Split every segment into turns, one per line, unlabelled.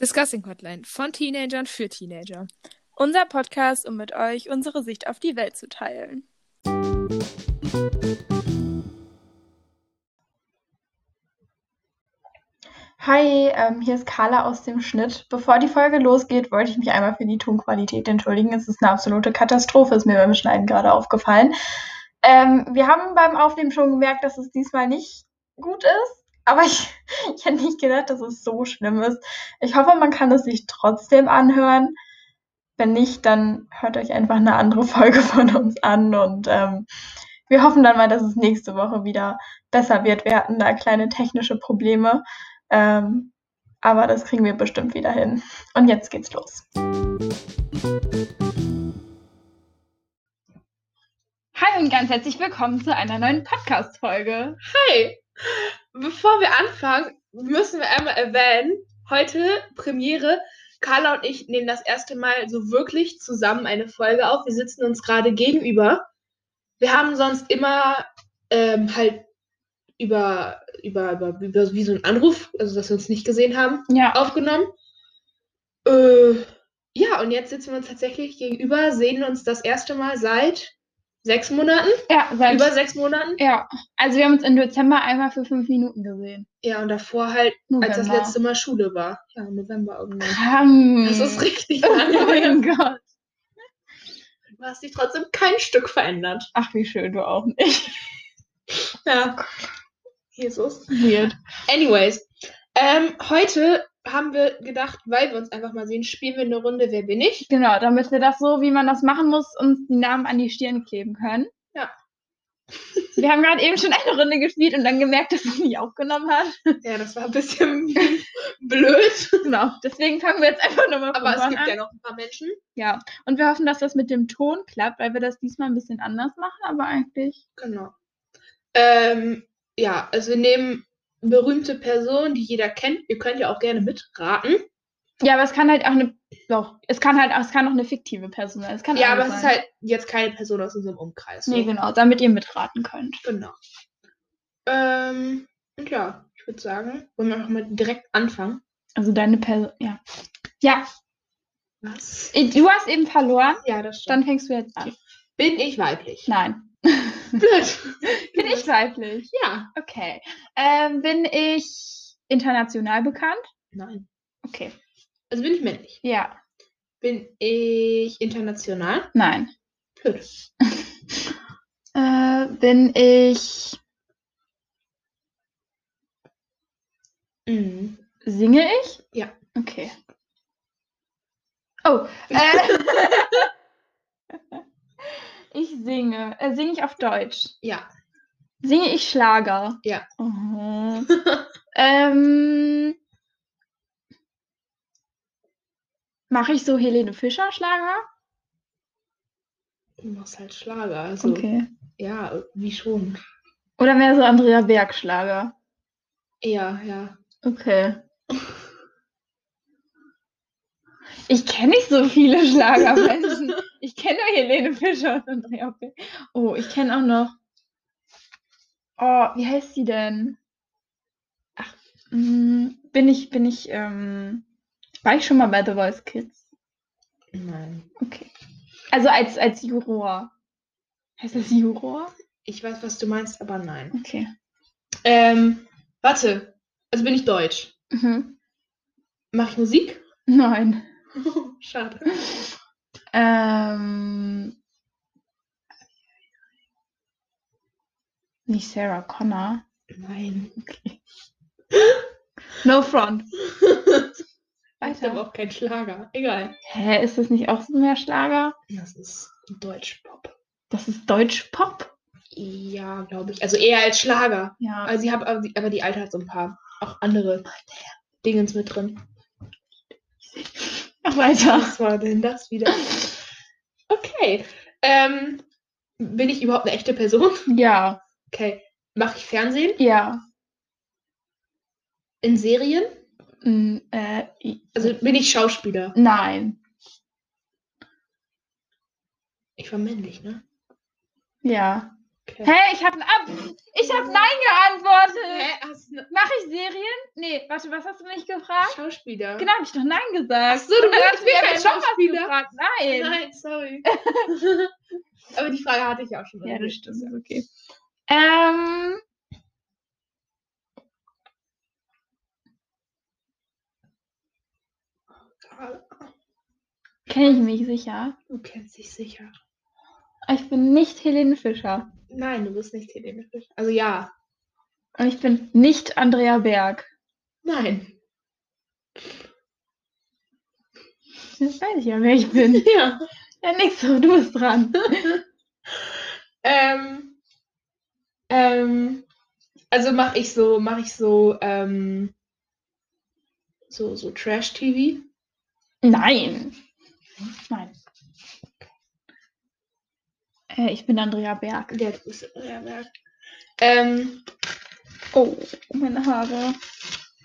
Discussing Hotline von Teenagern für Teenager.
Unser Podcast, um mit euch unsere Sicht auf die Welt zu teilen.
Hi, ähm, hier ist Carla aus dem Schnitt. Bevor die Folge losgeht, wollte ich mich einmal für die Tonqualität entschuldigen. Es ist eine absolute Katastrophe, ist mir beim Schneiden gerade aufgefallen. Ähm, wir haben beim Aufnehmen schon gemerkt, dass es diesmal nicht gut ist, aber ich, ich hätte nicht gedacht, dass es so schlimm ist. Ich hoffe, man kann es sich trotzdem anhören. Wenn nicht, dann hört euch einfach eine andere Folge von uns an und ähm, wir hoffen dann mal, dass es nächste Woche wieder besser wird. Wir hatten da kleine technische Probleme, ähm, aber das kriegen wir bestimmt wieder hin. Und jetzt geht's los.
Hi und ganz herzlich willkommen zu einer neuen Podcast-Folge.
Hi! Bevor wir anfangen, müssen wir einmal erwähnen, heute Premiere. Carla und ich nehmen das erste Mal so wirklich zusammen eine Folge auf. Wir sitzen uns gerade gegenüber. Wir haben sonst immer ähm, halt über, über, über, über wie so einen Anruf, also dass wir uns nicht gesehen haben,
Ja.
aufgenommen. Äh, ja, und jetzt sitzen wir uns tatsächlich gegenüber, sehen uns das erste Mal seit sechs Monaten.
Ja, seit,
Über sechs Monaten.
ja, also wir haben uns im Dezember einmal für fünf Minuten gesehen.
Ja, und davor halt, als das
November.
letzte Mal Schule war. Ja, im November irgendwann.
Krank.
Das ist richtig
Oh
lange. her.
mein Gott.
Du hast dich trotzdem kein Stück verändert.
Ach, wie schön, du auch nicht.
Ja. Jesus.
Weird.
Anyways, ähm, heute haben wir gedacht, weil wir uns einfach mal sehen, spielen wir eine Runde Wer bin ich?
Genau, damit wir das so, wie man das machen muss, uns die Namen an die Stirn kleben können.
Ja.
Wir haben gerade eben schon eine Runde gespielt und dann gemerkt, dass es nicht aufgenommen hat.
Ja, das war ein bisschen blöd,
Genau, deswegen fangen wir jetzt einfach nochmal von
aber es
vorne
gibt
an.
ja noch ein paar Menschen.
Ja, und wir hoffen, dass das mit dem Ton klappt, weil wir das diesmal ein bisschen anders machen, aber eigentlich.
Genau. Ähm, ja, also wir nehmen berühmte Personen, die jeder kennt. Ihr könnt ja auch gerne mitraten.
Ja, aber es kann halt auch eine. Doch, es kann halt auch, es kann auch eine fiktive Person sein. Es kann
Ja,
alles
aber es ist
sein.
halt jetzt keine Person aus unserem Umkreis.
Nee,
so.
genau, damit ihr mitraten könnt.
Genau. Ähm, und ja, ich würde sagen, wollen wir einfach mal direkt anfangen.
Also deine Person. Ja. Ja,
Was?
du hast eben verloren,
Ja, das stimmt.
dann fängst du jetzt an.
bin ich weiblich.
Nein.
Blöd.
Bin ich weiblich?
Ja.
Okay. Ähm, bin ich international bekannt?
Nein.
Okay.
Also bin ich männlich.
Ja.
Bin ich international?
Nein.
Blöd.
Äh, bin ich.
Mhm.
Singe ich?
Ja.
Okay. Oh, äh, ich singe. Äh, singe ich auf Deutsch?
Ja.
Singe ich Schlager?
Ja.
Mhm. ähm, Mache ich so Helene Fischer Schlager?
Du machst halt Schlager. Also, Ja, wie schon.
Oder mehr so Andrea Berg Schlager?
Ja, ja.
Okay. Ich kenne nicht so viele Schlagermenschen. Ich kenne nur Helene Fischer und Andrea Berg. Oh, ich kenne auch noch. Oh, wie heißt sie denn? Ach, mm, bin ich, bin ich, ähm, war ich schon mal bei The Voice Kids?
Nein.
Okay. Also als, als Juror. Heißt das Juror?
Ich weiß, was du meinst, aber nein.
Okay.
Ähm, warte. Also bin ich deutsch.
Mhm.
Mache ich Musik?
Nein.
Schade.
Ähm. Nicht Sarah Connor.
Nein.
No front.
Ich habe
Weiter.
auch keinen Schlager. Egal.
Hä, ist das nicht auch so mehr Schlager?
Das ist Deutschpop.
Das ist Deutschpop?
Ja, glaube ich. Also eher als Schlager.
Ja.
Also sie hab, aber, die, aber die Alte hat so ein paar auch andere Dingens mit drin.
Ach, weiter.
Was war denn das wieder? Okay. Ähm, bin ich überhaupt eine echte Person?
Ja,
Okay. Mache ich Fernsehen?
ja.
In Serien?
Mm, äh, i-
Also bin ich Schauspieler?
nein.
Ich war männlich, ne?
Ja.
Okay.
Hä, ich hab, ab, ich hab Nein geantwortet.
Hä? Hast du ne-
Mache ich Serien? Nee, warte, was hast du mich gefragt?
Schauspieler.
Genau, habe ich doch Nein gesagt.
Ach so, du
Und dann
meinst,
hast
ich bin
aber
kein
noch was
Schauspieler.
gefragt. Nein.
Nein, sorry. Aber die Frage hatte ich auch schon.
Ja, das
erlebt,
stimmt.
ja.
Okay. Ähm. Kenne ich mich sicher.
Du kennst dich sicher.
Ich bin nicht Helene Fischer.
Nein, du bist nicht Helene Fischer. Also ja.
Und ich bin nicht Andrea Berg.
Nein.
Jetzt weiß ich ja, wer ich bin.
Ja.
Ja, nix, so, du bist dran.
Ähm, ähm, also mache ich so, mache ich so, ähm, so, so Trash-TV.
Mhm. Nein. Nein. Äh, ich bin Andrea Berg.
Ja, du bist ja, ja. Ähm,
Oh, meine Haare.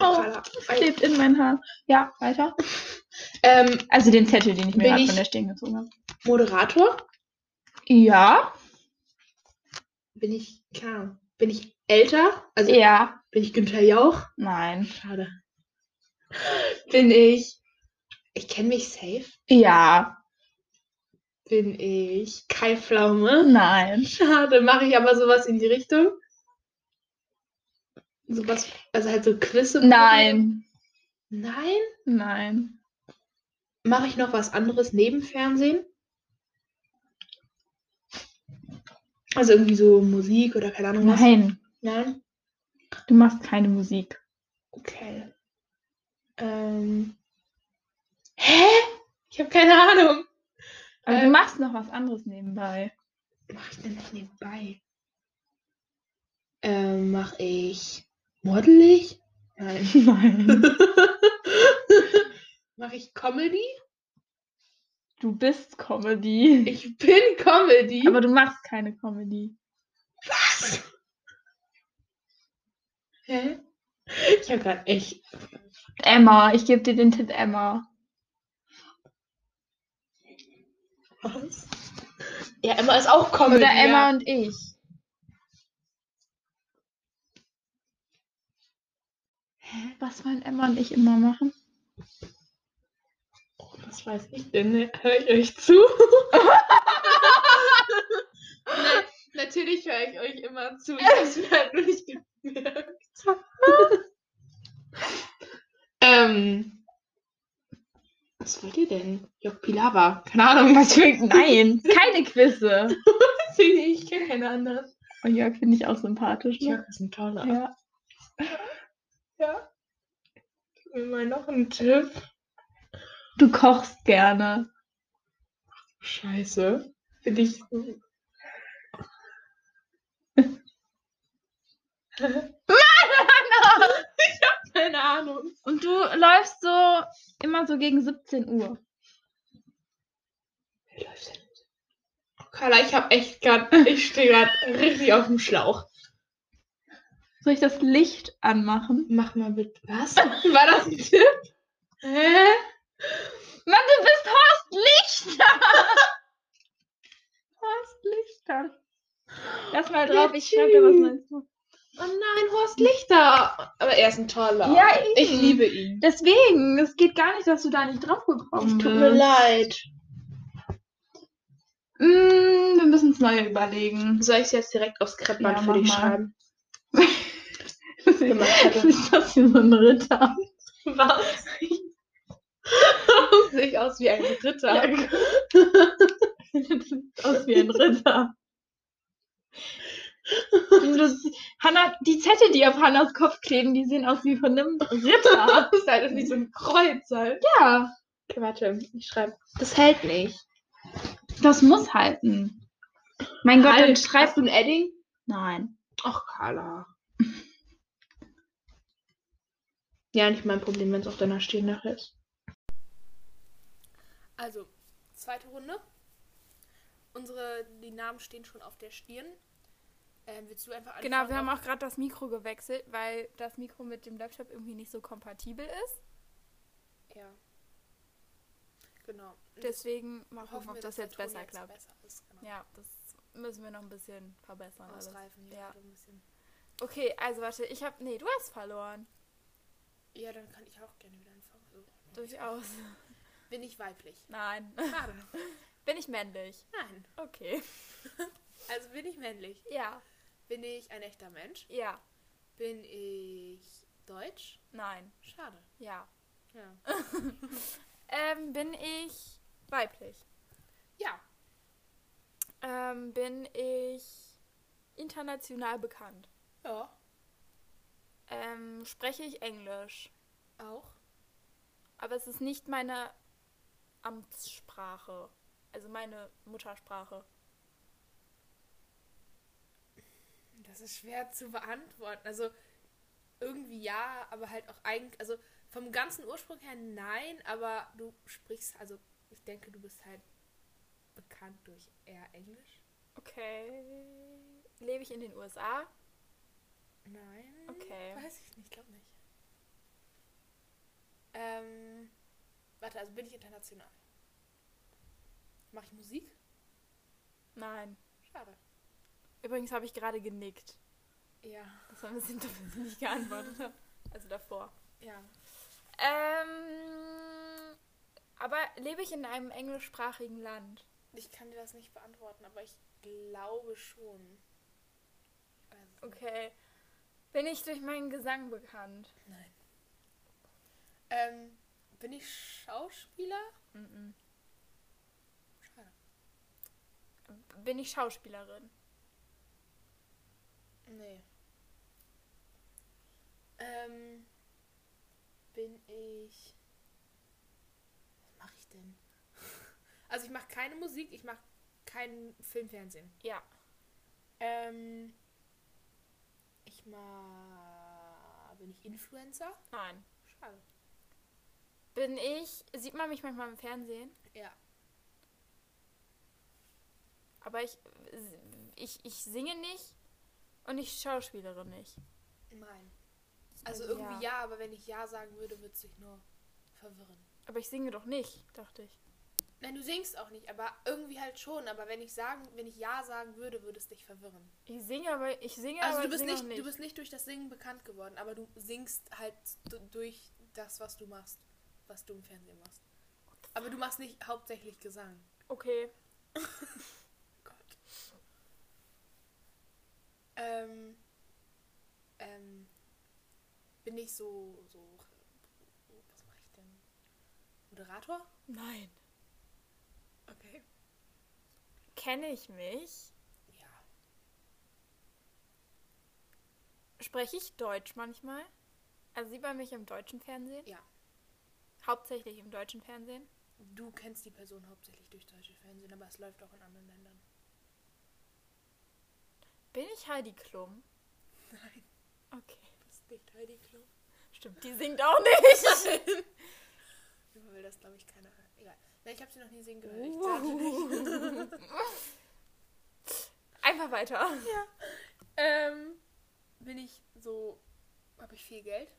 Oh,
Carla,
es klebt in meinen Haaren. Ja, weiter.
ähm,
Also den Zettel, den ich mir
Bin
gerade
ich-
von der Stirn gezogen habe.
Moderator?
Ja.
Bin ich, keine Ahnung, bin ich älter? Also
Ja.
bin ich Günther Jauch?
Nein.
Schade. Bin ich, ich kenne mich safe.
Ja.
Bin ich Kai Pflaume?
Nein.
Schade, mache ich aber sowas in die Richtung. Sowas, also halt so Quizze.
Nein.
Nein?
Nein.
Mache ich noch was anderes neben Fernsehen? Also irgendwie so Musik oder keine Ahnung was?
Nein.
Nein?
Du machst keine Musik.
Okay. Ähm. Hä? Ich habe keine Ahnung.
Aber
Ähm.
du machst noch was anderes nebenbei.
Mache ich denn noch nebenbei? Ähm, mache ich Model ich? Nein.
Nein.
mache ich Comedy?
Du bist Comedy.
Ich bin Comedy.
Aber du machst keine Comedy.
was? Hä? Ich habe gerade echt.
Emma, ich gebe dir den Tipp Emma.
Was? Ja, Emma ist auch Comedy.
Oder Emma
Ja.
und ich. Hä? Was wollen Emma und ich immer machen?
Was Oh, weiß ich denn? ne? Hör ich euch zu? Nein, natürlich höre ich euch immer zu. Ich hab's mir halt nur nicht gemerkt. ähm. Was wollt ihr denn? Jörg Pilawa. Keine Ahnung, was für ein.
Nein, keine Quizze.
Ich kenne keine anderen.
Und Jörg finde ich auch sympathisch. Ne?
Jörg ist ein toller.
Ja.
Ja. Gib mir mal noch einen Tipp.
Du kochst gerne.
Scheiße. Bin ich. Keine Ahnung.
Und du läufst so immer so gegen 17 Uhr.
Wie läuft's denn? Carla, ich hab echt grad. Ich stehe grad richtig auf dem Schlauch.
Soll ich das Licht anmachen?
Mach mal bitte. Was? War das ein Tipp? Hä?
Mann, du bist Horst Lichter! Horst Lichter. Lass mal drauf, ich schreibe dir was Neues. zu.
Oh nein, Horst Lichter. Aber er ist ein toller.
Ja,
ich
eben.
liebe ihn. Oh
Deswegen, es geht gar nicht, dass du da nicht drauf gekommen bist.
leid.
Mm, wir müssen es neu überlegen.
Soll ich es jetzt direkt aufs Kreppband
Ja,
für
mach
dich
mal.
schreiben?
Was ist das für so ein Ritter?
Was? Warum sehe ich aus wie ein Ritter?
Du siehst aus wie ein Ritter. Du- Hannah, die Zettel, die auf Hannas Kopf kleben, die sehen aus wie von einem Ritter.
Das ist halt wie so ein Kreuz halt.
Ja,
Okay, warte, ich schreibe. Das hält nicht.
das muss halten. Mein Gott, dann
halt,
schreib
Hast du ein Edding?
Nein.
Ach, Carla. Ja, nicht mein Problem, wenn es auf deiner Stehnadel ist.
Also, zweite Runde. Unsere, die Namen stehen schon auf der Stirn. Ähm, willst du einfach
Genau, wir haben
auch
auch gerade das Mikro gewechselt, weil das Mikro mit dem Laptop irgendwie nicht so kompatibel ist.
Ja. Genau. Und
Deswegen mal
hoffen
gucken, ob
wir,
das
der
jetzt
Ton
besser klappt.
Besser ist. Genau.
Ja, das müssen wir noch ein bisschen verbessern. alles.
Ausreifen. Ja.
Ja.
Ein bisschen.
Okay, also warte, ich habe. Nee, du hast verloren.
Ja, dann kann ich auch gerne wieder anfangen. So.
Durchaus.
Bin ich weiblich?
Nein.
Schade.
Bin ich männlich?
Nein.
Okay.
Also bin ich männlich?
Ja.
Bin ich ein echter Mensch?
Ja.
Bin ich deutsch?
Nein.
Schade.
Ja.
Ja.
Ähm, bin ich weiblich?
Ja.
Ähm, bin ich international bekannt?
Ja.
Ähm, spreche ich Englisch?
Auch?
Aber es ist nicht meine Amtssprache. Also meine Muttersprache.
Das ist schwer zu beantworten. Also irgendwie ja, aber halt auch eigentlich, also vom ganzen Ursprung her nein, aber du sprichst, also ich denke, du bist halt bekannt durch eher Englisch.
Okay. Lebe ich in den USA?
Nein.
Okay.
Weiß ich nicht, glaube nicht. Ähm, warte, also bin ich international? Mache ich Musik?
Nein.
Schade.
Übrigens habe ich gerade genickt.
Ja,
Das war ein bisschen doof, dass ich nicht geantwortet habe. Also davor.
ja.
Ähm, aber lebe ich in einem englischsprachigen Land?
Ich kann dir das nicht beantworten, aber ich glaube schon. Also,
Okay. Bin ich durch meinen Gesang bekannt?
Nein. Ähm, bin ich Schauspieler?
Mhm.
Schade.
Bin ich Schauspielerin?
Nee. Ähm, bin ich. Was mache ich denn? Also ich mache keine Musik, ich mache keinen Filmfernsehen.
Ja.
Ähm, ich mach. Bin ich Influencer?
Nein.
Schade.
Bin ich. Sieht man mich manchmal im Fernsehen?
Ja.
Aber ich. Ich, ich singe nicht und ich Schauspielerin nicht.
Nein. Also
ja.
irgendwie ja, aber wenn ich ja sagen würde, würde es dich nur verwirren.
Aber ich singe doch nicht, dachte ich.
Nein, du singst auch nicht, aber irgendwie halt schon. Aber wenn ich sagen, wenn ich ja sagen würde, würde es dich verwirren.
Ich singe aber. Ich singe
also
aber
du bist
singe
nicht,
auch
du bist nicht durch das Singen bekannt geworden, aber du singst halt du- durch das, was du machst, was du im Fernsehen machst. Aber du machst nicht hauptsächlich Gesang.
Okay.
Gott. Ähm, ähm, bin ich so, so, was mache ich denn? Moderator?
Nein.
Okay.
Kenne ich mich?
Ja.
Spreche ich Deutsch manchmal? Also sieht man mich im deutschen Fernsehen?
Ja.
Hauptsächlich im deutschen Fernsehen?
Du kennst die Person hauptsächlich durch deutsche Fernsehen, aber es läuft auch in anderen Ländern.
Bin ich Heidi Klum?
Nein,
Okay.
das ist nicht Heidi Klum.
Stimmt, die singt auch nicht.
Immer will das, glaube ich, keiner hören. Egal. Nein, ich habe sie noch nie singen gehört. Ich sage nicht.
Einfach weiter.
Ähm, bin ich so... Habe ich viel Geld?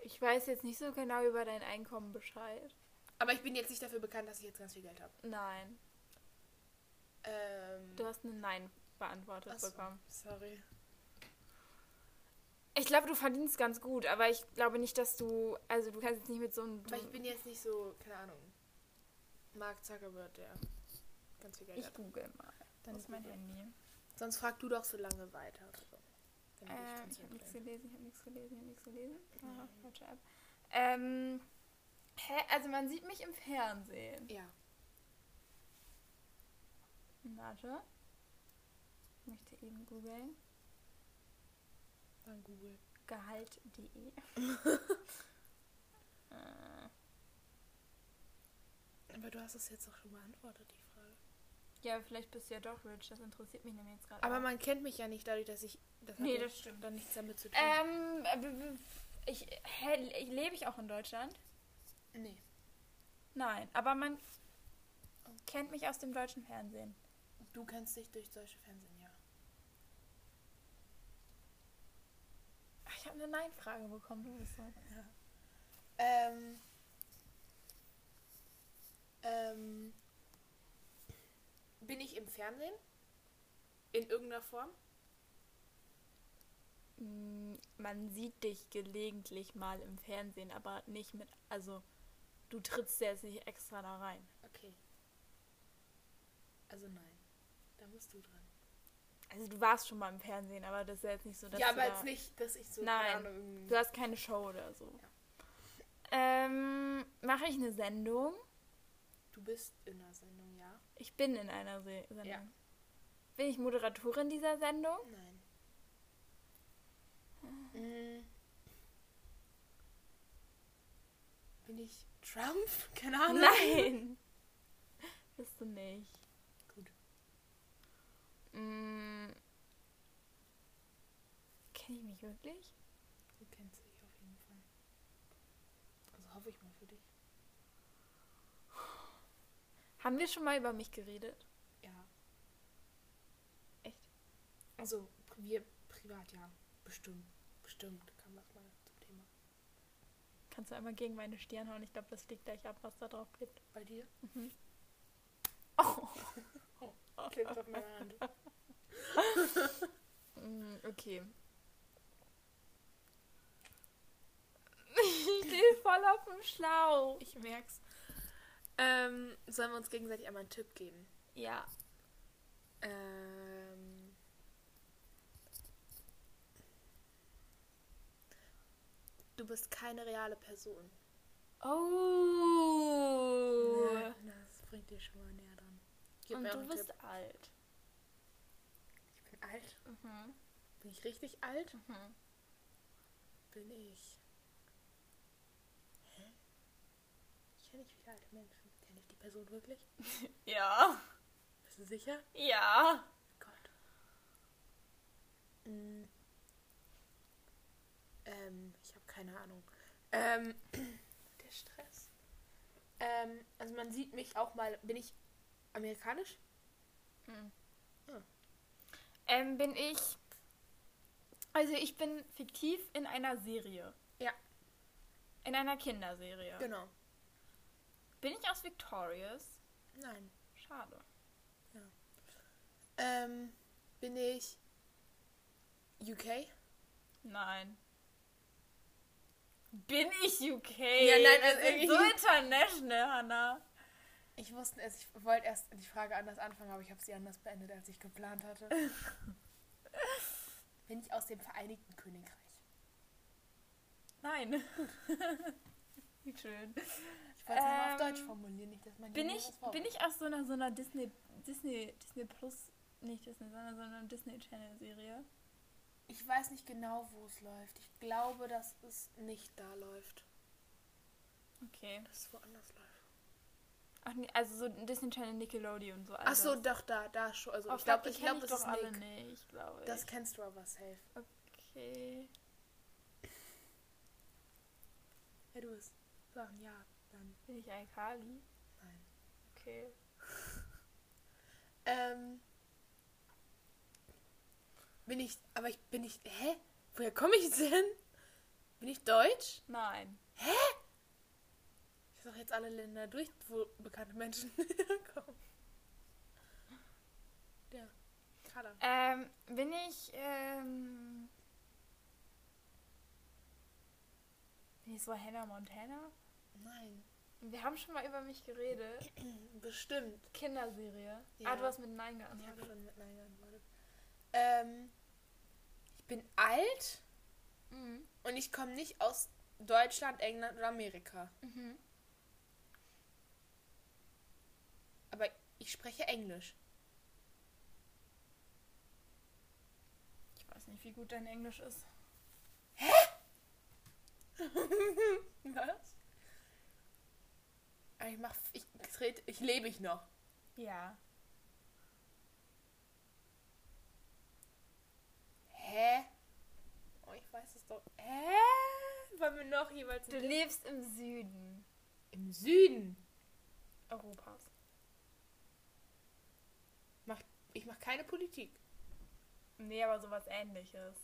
Ich weiß jetzt nicht so genau über dein Einkommen Bescheid.
Aber ich bin jetzt nicht dafür bekannt, dass ich jetzt ganz viel Geld habe.
Nein.
Ähm,
Du hast ein Nein beantwortet
Ach so.
bekommen.
sorry.
Ich glaube, du verdienst ganz gut, aber ich glaube nicht, dass du. Also, du kannst jetzt nicht mit so einem.
Aber ich bin jetzt nicht so, keine Ahnung, Mark Zuckerberg, der ganz viel Geld hat.
google mal. Dann ist mein Handy.
Sonst frag du doch so lange weiter. Oder so. Wenn du dich
Ähm, ich habe
konzentrieren
nichts gelesen, ich habe nichts gelesen, ich habe nichts gelesen. Ah, falsche App. Ähm, hä? Also man sieht mich im Fernsehen.
Ja.
Warte. Ich möchte eben googeln.
Dann Google.
Gehalt.de. äh,
Aber du hast es jetzt auch schon beantwortet, die Frage.
ja, vielleicht bist du ja doch rich. Das interessiert mich nämlich jetzt gerade.
Aber
auch.
man kennt mich ja nicht dadurch, dass ich. Das
Nee,
hat ja
das stimmt.
Dann nichts damit zu tun.
Ähm, äh, b- b- ich, hä, ich lebe ich auch in Deutschland?
nee.
Nein, aber man kennt mich aus dem deutschen Fernsehen.
Du kennst dich durch deutsche Fernsehen, ja.
Ach, ich habe eine Nein-Frage bekommen. Du bist so.
Ähm. Ähm. Bin ich im Fernsehen? In irgendeiner Form?
Mm, Man sieht dich gelegentlich mal im Fernsehen, aber nicht mit. Also, du trittst ja jetzt nicht extra da rein.
Okay. Also nein. Da musst du dran.
Also, du warst schon mal im Fernsehen, aber das ist ja jetzt nicht so, dass
ja,
du
aber
da-
jetzt nicht, dass ich so.
Nein.
Keine Ahnung,
Du hast keine Show oder so. Ähm, mache ich eine Sendung?
du bist in der Sendung, ja?
Ich bin in einer Se Sendung.
Ja.
Bin ich Moderatorin dieser Sendung?
Nein. Mm. Bin ich Trump? Keine Ahnung.
Oh Nein! Bist du nicht.
Gut.
Mm. Kenne ich mich wirklich?
Du kennst dich auf jeden Fall. Also hoffe ich mal für dich.
Haben wir schon mal über mich geredet?
Ja.
Echt?
Also, pri- wir privat, ja. Bestimmt. Bestimmt kam das mal zum Thema.
Kannst du einmal gegen meine Stirn hauen? Ich glaube, das fliegt gleich ab, was da drauf klebt.
Bei dir?
Oh.
Klebt auf meiner Hand.
Mm, okay. ich stehe voll auf dem Schlauch.
Ich merk's. Ähm, sollen wir uns gegenseitig einmal einen Tipp geben?
Ja.
Ähm. Du bist keine reale Person.
Oh.
das bringt dir schon mal näher dran. Gib
Und
mir
du
einen
bist
Tipp.
alt.
Ich bin alt.
Mhm.
Bin ich richtig alt?
Mhm.
Bin ich. Hä? Ich kenne nicht viele alte Menschen. Kenne ich die Person wirklich?
Ja.
Bist du sicher?
Ja.
Gott. Mm. Ähm, ich habe keine Ahnung. Ähm, der Stress. Ähm, also man sieht mich auch mal. Bin ich amerikanisch?
Ähm, bin ich. Also ich bin fiktiv in einer Serie.
Ja.
In einer Kinderserie.
Genau.
Bin ich aus Victorious?
Nein.
Schade.
Ähm, bin ich UK?
Nein. Bin ich UK?
Ja, nein, also
Wir sind
irgendwie-
so international, Hannah.
Ich wusste es, ich wollte erst die Frage anders anfangen, aber ich habe sie anders beendet, als ich geplant hatte. bin ich aus dem Vereinigten Königreich?
Nein. Wie schön.
Ich wollte es nochmal auf
Ähm,
Deutsch formulieren, nicht, dass man
Bin
hier
ich,
was
bin ich aus so einer, so einer Disney, Disney, Disney Plus, nicht Disney, sondern so einer Disney Channel Serie?
Ich weiß nicht genau, wo es läuft. Ich glaube, dass es nicht da läuft.
Okay.
Dass es woanders läuft.
Ach, nee, also so Disney Channel Nickelodeon, so.
Ach so,
das.
doch, da, da schon. Also,
Oh,
ich glaube, ich
die kenn
glaube, es
doch
ist
alle
Nick.
nicht, glaube ich.
Das kennst du aber safe.
okay.
Ja, du bist. Sagen ja, dann.
Bin ich Alkali?
Nein.
Okay.
Ähm. Bin ich. Aber ich bin ich. Hä? Woher komme ich denn? Bin ich deutsch?
Nein.
Ich sag jetzt alle Länder durch, wo bekannte Menschen kommen. Ja. Kader.
Ähm, bin ich, ähm. Bin ich so Hannah Montana?
Nein.
Wir haben schon mal über mich geredet.
Bestimmt.
Kinderserie. Ah,
Ja.
du hast mit Nein
Ich
geantwortet.
habe schon mit Nein geantwortet. Ähm, ich bin alt
Mhm.
und ich komme nicht aus Deutschland, England oder Amerika.
Mhm.
Aber ich spreche Englisch.
Ich weiß nicht, wie gut dein Englisch ist.
Was? Aber ich mach, ich trete, ich lebe ich noch.
Ja.
Hä? Oh, ich weiß es doch. Hä? Wollen wir noch jeweils
Du lebst im Süden
im Süden?
Europas.
Mach, ich mache keine Politik.
Nee, aber sowas ähnliches.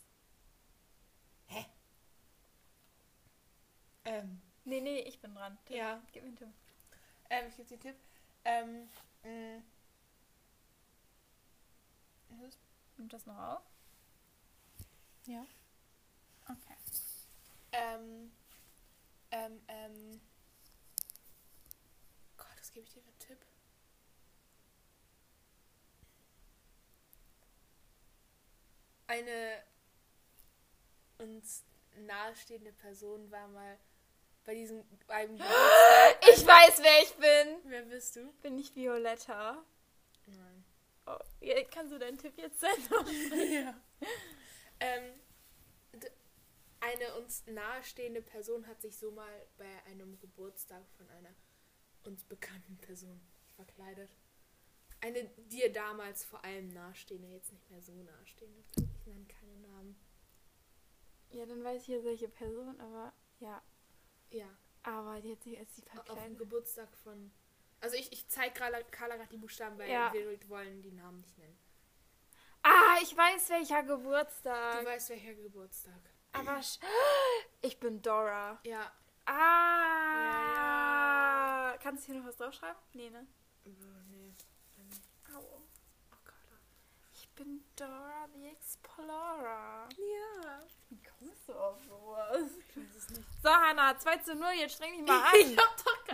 Ähm,
Nee, nee, ich bin dran. Tipp.
ja.
Gib mir einen Tipp.
Ähm, ich gebe mm. dir einen Tipp. Ähm, mh. Das ist
Nimmt das noch auf?
Ja.
Okay.
Ähm, ähm, ähm. Gott, was gebe ich dir für einen Tipp? Eine uns nahestehende Person war mal bei diesem einem Geburtstag.
Ich weiß, wer ich bin.
Wer bist du?
Bin ich Violetta?
Nein.
Oh, ja, kannst du deinen Tipp jetzt senden?
Ähm, d- eine uns nahestehende Person hat sich so mal bei einem Geburtstag von einer uns bekannten Person verkleidet. Eine dir damals vor allem nahestehende, jetzt nicht mehr so nahestehende. Ich nenne keine Namen.
ja, dann weiß ich ja solche Person, aber ja.
Ja,
Aber die hat sich als die
auf dem
verkleidet.
Geburtstag von. Also ich, ich zeige Carla, Carla gerade die Buchstaben, weil
Ja.
wir wollen die Namen nicht nennen.
Ah, ich weiß, welcher
Du
Geburtstag.
weißt, welcher Geburtstag.
Aber sch ich bin Dora.
Ja.
Ah! Kannst du hier noch was draufschreiben? Nee, ne?
Äh, Nee.
Au.
Oh, Carla.
Ich bin Dora the Explorer.
Ja.
Wie kommst du auf sowas?
Ich weiß es nicht.
So, Hanna, 2 zu 0, jetzt streng dich mal an.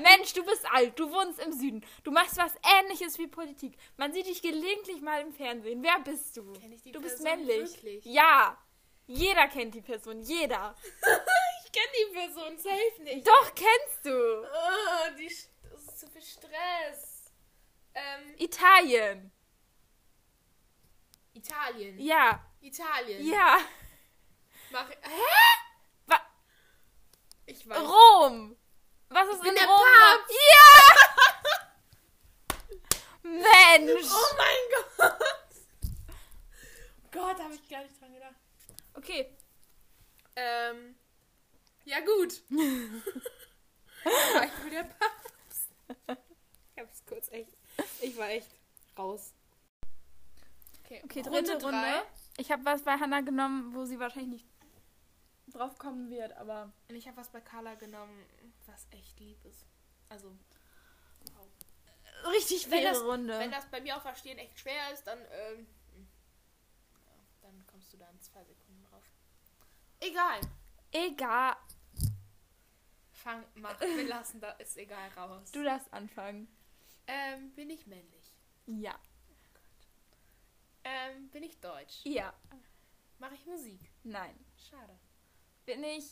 Mensch, du bist alt, du wohnst im Süden. Du machst was ähnliches wie Politik. Man sieht dich gelegentlich mal im Fernsehen. Wer bist du?
ich die
du bist
Person
männlich.
wirklich?
Ja. Jeder kennt die Person, jeder.
Ich kenne die Person safe nicht.
Doch, kennst du.
Oh, die, Sch- das ist zu viel Stress. Ähm,
Italien.
Italien.
Ja.
Italien.
Ja.
Mach, hä?
Wa-
Ich weiß.
Rom. Was ist
bin
in
der
Rom?
Papst.
Ja! Mensch.
Oh mein Gott. Gott, habe ich gar nicht dran gedacht.
Okay.
Ähm, ja gut. Da war ich wohl der Papst. Ich hab's kurz echt. Ich war echt raus.
Okay, dritte Runde.
drei.
Ich habe was bei Hannah genommen, wo sie wahrscheinlich nicht drauf kommen wird, aber
Und ich habe was bei Carla genommen, was echt lieb ist. Also,
richtig
Wenn
faire
das-
Runde.
wenn das bei mir auch verstehen echt schwer ist, dann, ähm, ja, dann kommst du da in zwei Sekunden drauf. Egal.
Egal,
Fang, mach, wir lassen da, ist egal raus.
du darfst anfangen.
Ähm, bin ich männlich? Oh
Ja.
Ähm, bin ich deutsch?
Ja.
Mache ich Musik?
Nein.
Schade.
Bin ich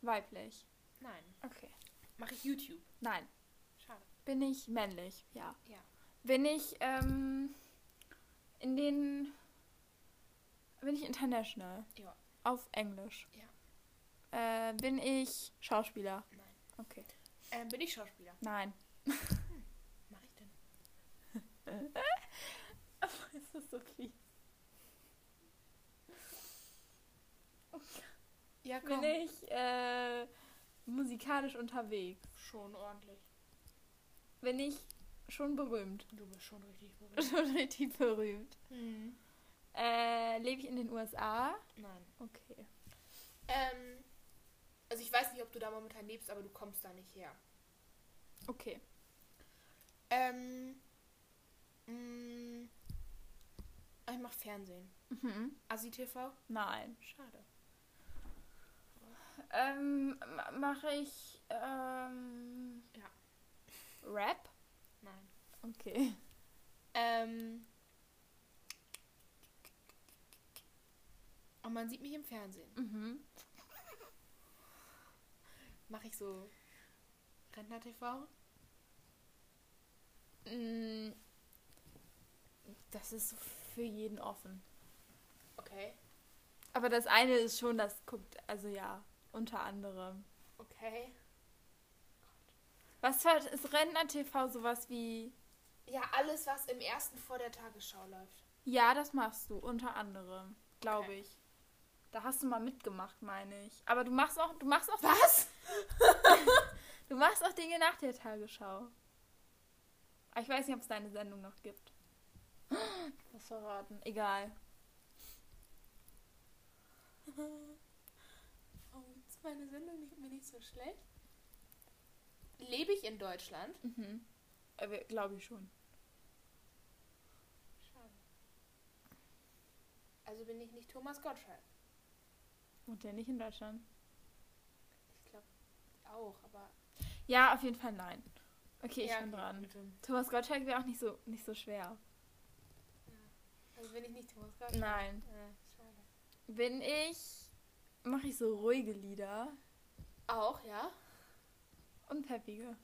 weiblich?
Nein.
Okay.
Mache ich YouTube?
Nein.
Schade.
Bin ich männlich? Ja.
Ja.
Bin ich ähm, in den bin ich international?
Ja.
Auf Englisch? Ja. Äh, bin ich Schauspieler?
Nein.
Okay.
Ähm, bin ich Schauspieler?
Nein.
Mache ich denn?
Ist das so fies?
Ja,
Bin ich äh, musikalisch unterwegs?
Schon ordentlich.
Bin ich schon berühmt?
Du bist schon richtig berühmt.
schon richtig berühmt.
Hm.
Äh, lebe ich in den USA?
Nein.
Okay.
Ähm, also ich weiß nicht, ob du da momentan lebst, aber du kommst da nicht her.
Okay.
Ähm, mh, ah, ich mache Fernsehen.
Mhm.
ASI-TV?
Nein.
Schade.
Ähm, ma- mache ich ähm,
Ja.
Rap?
Nein.
Okay.
Ähm, und oh, man sieht mich im Fernsehen.
Mhm.
Mache ich so Rentner-TV?
Mm, Das ist so für jeden offen.
Okay.
Aber das eine ist schon, das guckt, also ja, unter anderem.
Okay.
Was war, ist Rentner TV sowas wie?
Ja, alles, was im ersten vor der Tagesschau läuft.
Ja, das machst du unter anderem, glaube
Okay.
ich. Da hast du mal mitgemacht, meine ich. Aber du machst auch, du machst auch
Was?
Du machst auch Dinge nach der Tagesschau. Aber ich weiß nicht, ob es deine Sendung noch gibt. Was verraten. Egal.
Oh, ist meine Sendung nicht, mir nicht so schlecht? Lebe ich in Deutschland? Äh,
Glaube ich schon.
Schade. Also bin ich nicht Thomas Gottschalk.
Wohnt der nicht in Deutschland?
Ich glaube auch, aber.
Ja, auf jeden Fall nein. Okay, ich
Ja,
bin
okay,
dran.
gut, ähm,
Thomas Gottschalk wäre auch nicht so, nicht so schwer.
Also bin ich nicht Thomas Gottschalk.
Nein.
Äh, schade.
Bin ich. Mache ich so ruhige Lieder
Auch, ja?
und peppige.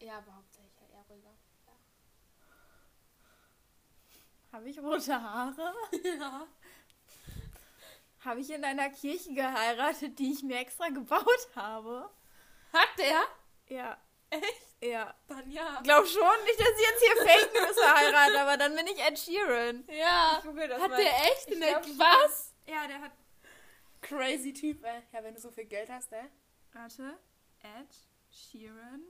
Ja, aber hauptsächlich ja, eher ruhiger.
Habe ich rote Haare? Ja. Habe ich in einer Kirche geheiratet, die ich mir extra gebaut habe?
Hat der?
Ja. Echt? Ja.
Dann ja.
Glaub schon nicht, dass ich jetzt hier Fake News verheirate, aber dann bin ich Ed Sheeran.
Ja.
Google das
Hat der echt?
Ich
Ne?
glaub schon.
Was?
Ja, der hat.
Crazy Typ, ey. Ja, wenn du so viel Geld hast, ne?
Warte. Ed Sheeran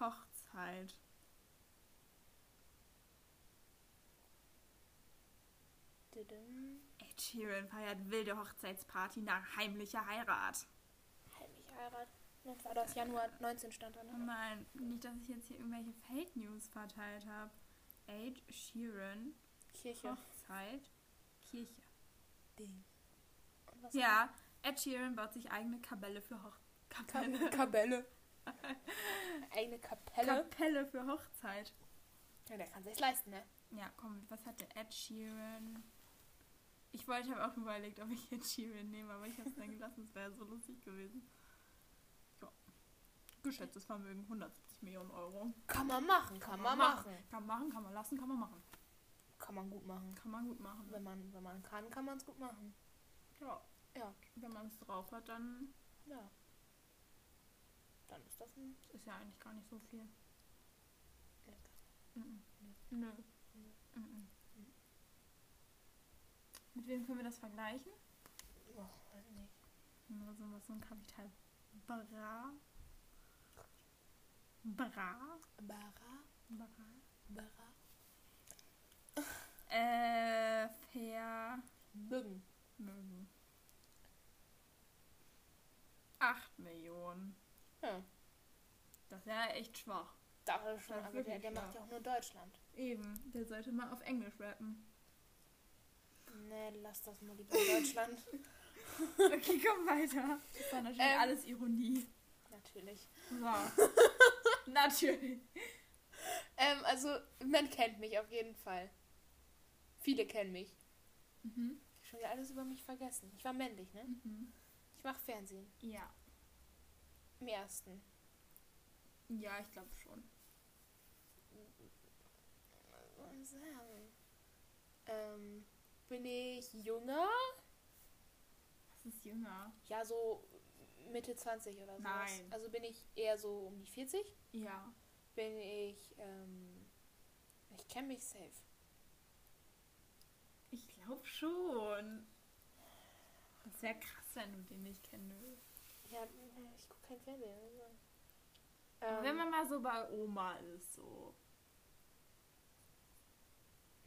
Hochzeit. Ed Sheeran feiert wilde Hochzeitsparty nach heimlicher Heirat.
Heimliche Heirat. Das war das Januar 19 stand da,
Oh
ne?
Mann, nicht, dass ich jetzt hier irgendwelche Fake News verteilt habe. Ed Sheeran
Kirche.
Hochzeit Kirche.
Und was
Ja, Ed Sheeran baut sich eigene Kabelle für Hoch Kapelle.
Kabelle. Eigene Kapelle.
Kapelle für Hochzeit.
ja, der kann sich's leisten, ne?
Ja, komm, was hatte Ed Sheeran? Ich wollte, habe auch überlegt, ob ich Ed Sheeran nehme, aber ich habe es dann gelassen, es wäre so lustig gewesen. Ja. Geschätztes Vermögen 170 Millionen Euro.
Kann man machen, kann, man machen.
Kann man machen, kann man lassen, kann man machen.
Kann man gut machen.
Kann man gut machen.
Wenn man, wenn man kann, kann man es gut machen.
Ja.
Ja.
Wenn man es drauf hat, dann
Ja. Dann ist das ein.
ist ja eigentlich gar nicht so viel.
Ja, das-
Mhm. Nö. Mhm. Mit wem können wir das vergleichen?
Oh, weiß ich nicht.
Nur so was so ein Kapital. Bra. Bra.
Bara,
Bra.
Bara.
Äh, fair.
Bögen.
Mögen. 8 Millionen.
Ja.
Das ist ja echt schwach.
Da ist schon, aber
Das ist
der,
wirklich
der
schlau.
macht ja auch nur Deutschland.
Eben, der sollte mal auf Englisch rappen.
Nee, lass das mal lieber Deutschland.
Okay, komm weiter. Das war natürlich
Ähm.
alles Ironie.
Natürlich.
So. natürlich.
Ähm, also, man kennt mich auf jeden Fall. Viele kennen mich.
Mhm.
Schon wieder alles über mich vergessen. Ich war männlich, ne?
Mhm.
Ich mache Fernsehen.
Ja.
Im ersten.
Ja, ich glaube schon.
Was soll man sagen? Ähm, bin ich jünger?
Was ist jünger?
Ja, so Mitte 20 oder so.
Nein.
Also bin ich eher so um die 40.
Ja.
Bin ich, ähm, ich kenne mich safe.
Ich glaube schon. Das wäre krass, wenn du den nicht kennen würdest.
Ja, ich gucke kein Fernsehen. also.
Wenn
Ähm,
man mal so bei Oma ist, so.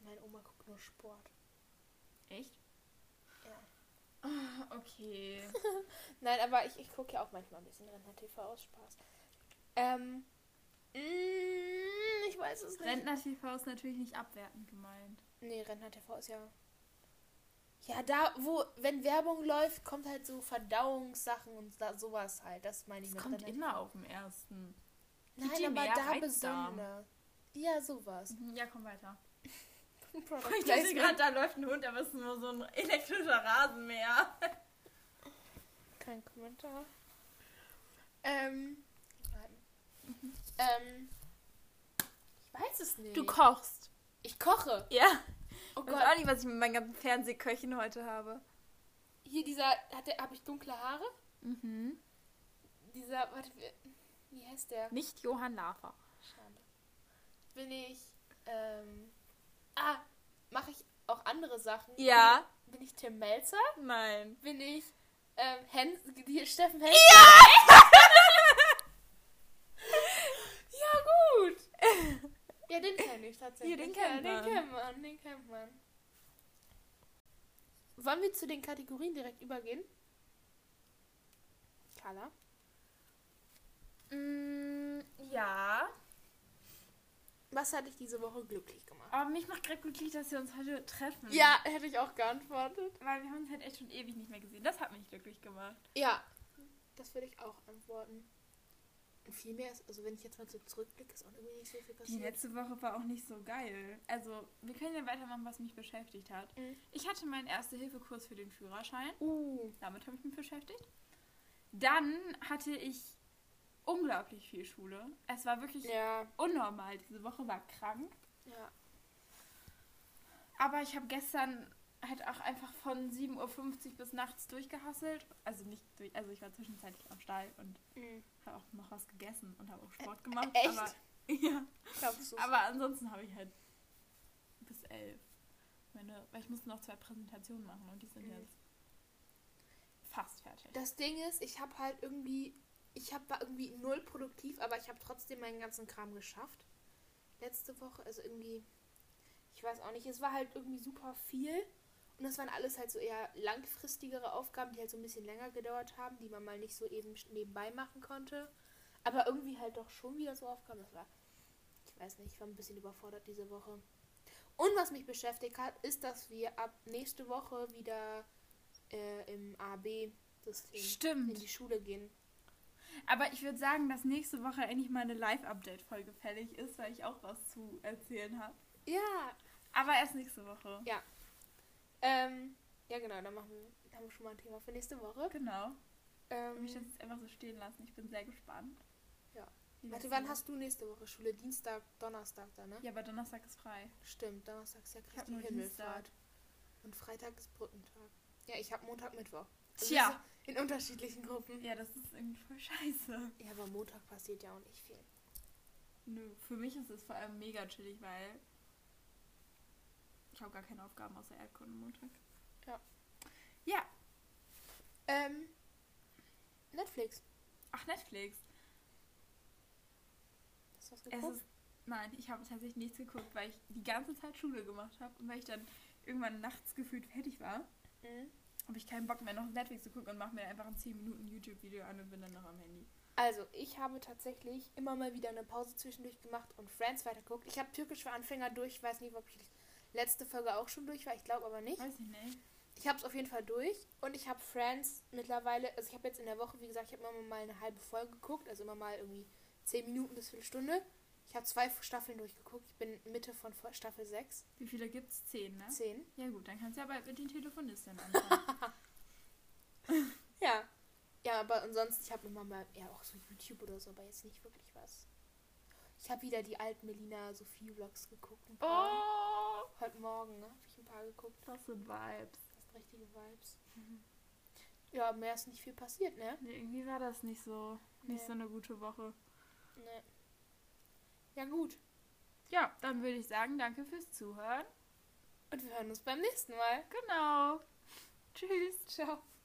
meine Oma guckt nur Sport.
Echt?
Ja.
Ah, okay.
Nein, aber ich, ich gucke ja auch manchmal ein bisschen Rentner TV aus Spaß. Ähm. mm, Ich weiß es nicht.
Rentner TV ist natürlich nicht abwertend gemeint.
nee, Rentner TV ist ja. Ja, da, wo, wenn Werbung läuft, kommt halt so Verdauungssachen und da, sowas halt. Das meine ich
Es
mit
kommt
Rentner
immer auf dem ersten. Gibt die
Nein, aber
mehr
da
Reizdarm?
besonders. Ja, sowas.
Ja, komm weiter.
Product
Ich dachte
Placement.
gerade, da läuft ein Hund, aber es ist nur so ein elektrischer Rasenmäher.
Kein Kommentar. Ähm. nein. Ähm. Ich weiß es nicht.
kochst.
ich koche.
Ja.
Oh
Ich weiß auch nicht, was ich mit meinen ganzen Fernsehköchen heute habe.
Hier dieser, hat der, habe ich dunkle Haare?
Mhm.
Dieser, warte, wie- wie heißt der?
Nicht Johann Lafer.
Schade. Bin ich, ähm, ah, mache ich auch andere Sachen?
Ja.
Bin ich Tim Melzer?
Nein.
Bin ich, ähm, Hens, die, Steffen Hensel? Ja! ja, gut. Ja, den kenne ich tatsächlich.
Ja, den
ja,
kennt
den
man.
kennt man, den kennt man. Wollen wir zu den Kategorien direkt übergehen? Carla?
Mm, ja.
Was hat dich diese Woche glücklich gemacht?
Aber mich macht gerade glücklich, dass wir uns heute treffen.
Ja, hätte ich auch geantwortet.
Weil wir haben uns halt echt schon ewig nicht mehr gesehen. Das hat mich glücklich gemacht.
Ja, das würde ich auch antworten. Und viel mehr ist, also wenn ich jetzt mal so zurückblicke, ist auch irgendwie nicht so viel
Die
passiert.
letzte Woche war auch nicht so geil. Also, wir können ja weitermachen, was mich beschäftigt hat.
Mhm.
Ich hatte meinen Erste-Hilfe-Kurs für den Führerschein.
Uh,
Damit habe ich mich beschäftigt. Dann hatte ich unglaublich viel Schule. Es war wirklich
ja,
unnormal. Diese Woche war krank.
ja.
Aber ich habe gestern halt auch einfach von 7.50 Uhr bis nachts durchgehasselt. Also nicht durch, also ich war zwischenzeitlich am Stall und
Mhm.
habe auch noch was gegessen und habe auch Sport gemacht.
echt?
Aber, ja.
Glaubst du?
Aber ansonsten habe ich halt bis elf. Meine, weil ich musste noch zwei Präsentationen machen und die sind
Mhm.
jetzt fast fertig.
Das Ding ist, ich habe halt irgendwie, ich hab, war irgendwie null produktiv, aber ich habe trotzdem meinen ganzen Kram geschafft. Letzte Woche, also irgendwie, ich weiß auch nicht, es war halt irgendwie super viel. Und das waren alles halt so eher langfristigere Aufgaben, die halt so ein bisschen länger gedauert haben, die man mal nicht so eben sch- nebenbei machen konnte. Aber irgendwie halt doch schon wieder so Aufgaben. Das war, ich weiß nicht, ich war ein bisschen überfordert diese Woche. Und was mich beschäftigt hat, ist, dass wir ab nächste Woche wieder äh, im AB-System in
Stimmt.
die Schule gehen.
Aber ich würde sagen, dass nächste Woche endlich mal eine Live-Update-Folge fällig ist, weil ich auch was zu erzählen habe.
Ja.
Aber erst nächste Woche.
Ähm, ja, genau, dann machen wir, haben wir schon mal ein Thema für nächste Woche.
Genau. Ich
Ähm,
möchte das jetzt einfach so stehen lassen. Ich bin sehr gespannt.
Ja.
Wie
warte,
das
wann
wird.
hast du nächste Woche Schule? Dienstag, Donnerstag dann, ne?
Ja, aber Donnerstag ist frei.
Stimmt, Donnerstag ist ja
hab
Christi
nur
Himmelfahrt. Und Freitag ist Brückentag. Ja, ich habe Montag, Mittwoch. Also
Tja.
das ist In unterschiedlichen Gruppen. Ja.
Ja, das ist irgendwie voll scheiße.
aber Montag passiert ja auch nicht viel.
Nö, für mich ist es vor allem mega chillig, weil ich habe gar keine Aufgaben außer Erdkunde Montag.
Ähm, Netflix.
Ach, Netflix.
Hast du was
Es
geguckt?
ist, nein, ich habe tatsächlich nichts geguckt, weil ich die ganze Zeit Schule gemacht habe und weil ich dann irgendwann nachts gefühlt fertig war,
Mhm.
habe ich keinen Bock mehr noch Netflix zu gucken und mache mir einfach ein 10 Minuten YouTube-Video an und bin dann noch am Handy.
Also, ich habe tatsächlich immer mal wieder eine Pause zwischendurch gemacht und Friends weitergeguckt. Ich habe Türkisch für Anfänger durch. Ich weiß nicht, ob ich die letzte Folge auch schon durch war. Ich glaube aber nicht.
Weiß ich nicht.
Ich habe es auf jeden Fall durch und ich habe Friends mittlerweile, also ich habe jetzt in der Woche, wie gesagt, ich habe immer mal eine halbe Folge geguckt, also immer mal irgendwie 10 Minuten bis Viertelstunde. Ich habe zwei Staffeln durchgeguckt. Ich bin Mitte von Fo- Staffel 6,
Wie viele gibt's? Zehn, ne?
10.
Ja gut, dann kannst du ja bald mit den Telefonisten anfangen.
Ja. Ja, aber ansonsten, ich habe immer mal eher auch so YouTube oder so, aber jetzt nicht wirklich was. Ich habe wieder die alten Melina Sophie Vlogs geguckt. Ein paar.
oh,
Heute Morgen, ne? Habe ich ein paar geguckt.
das sind Vibes.
Das sind richtige Vibes. Ja, mehr ist nicht viel passiert, ne?
Nee, irgendwie war das nicht so, nicht
Nee.
so eine gute Woche.
Ne. Ja, gut.
Ja, dann würde ich sagen, danke fürs Zuhören.
Und wir hören uns beim nächsten Mal.
Genau. Tschüss. Ciao.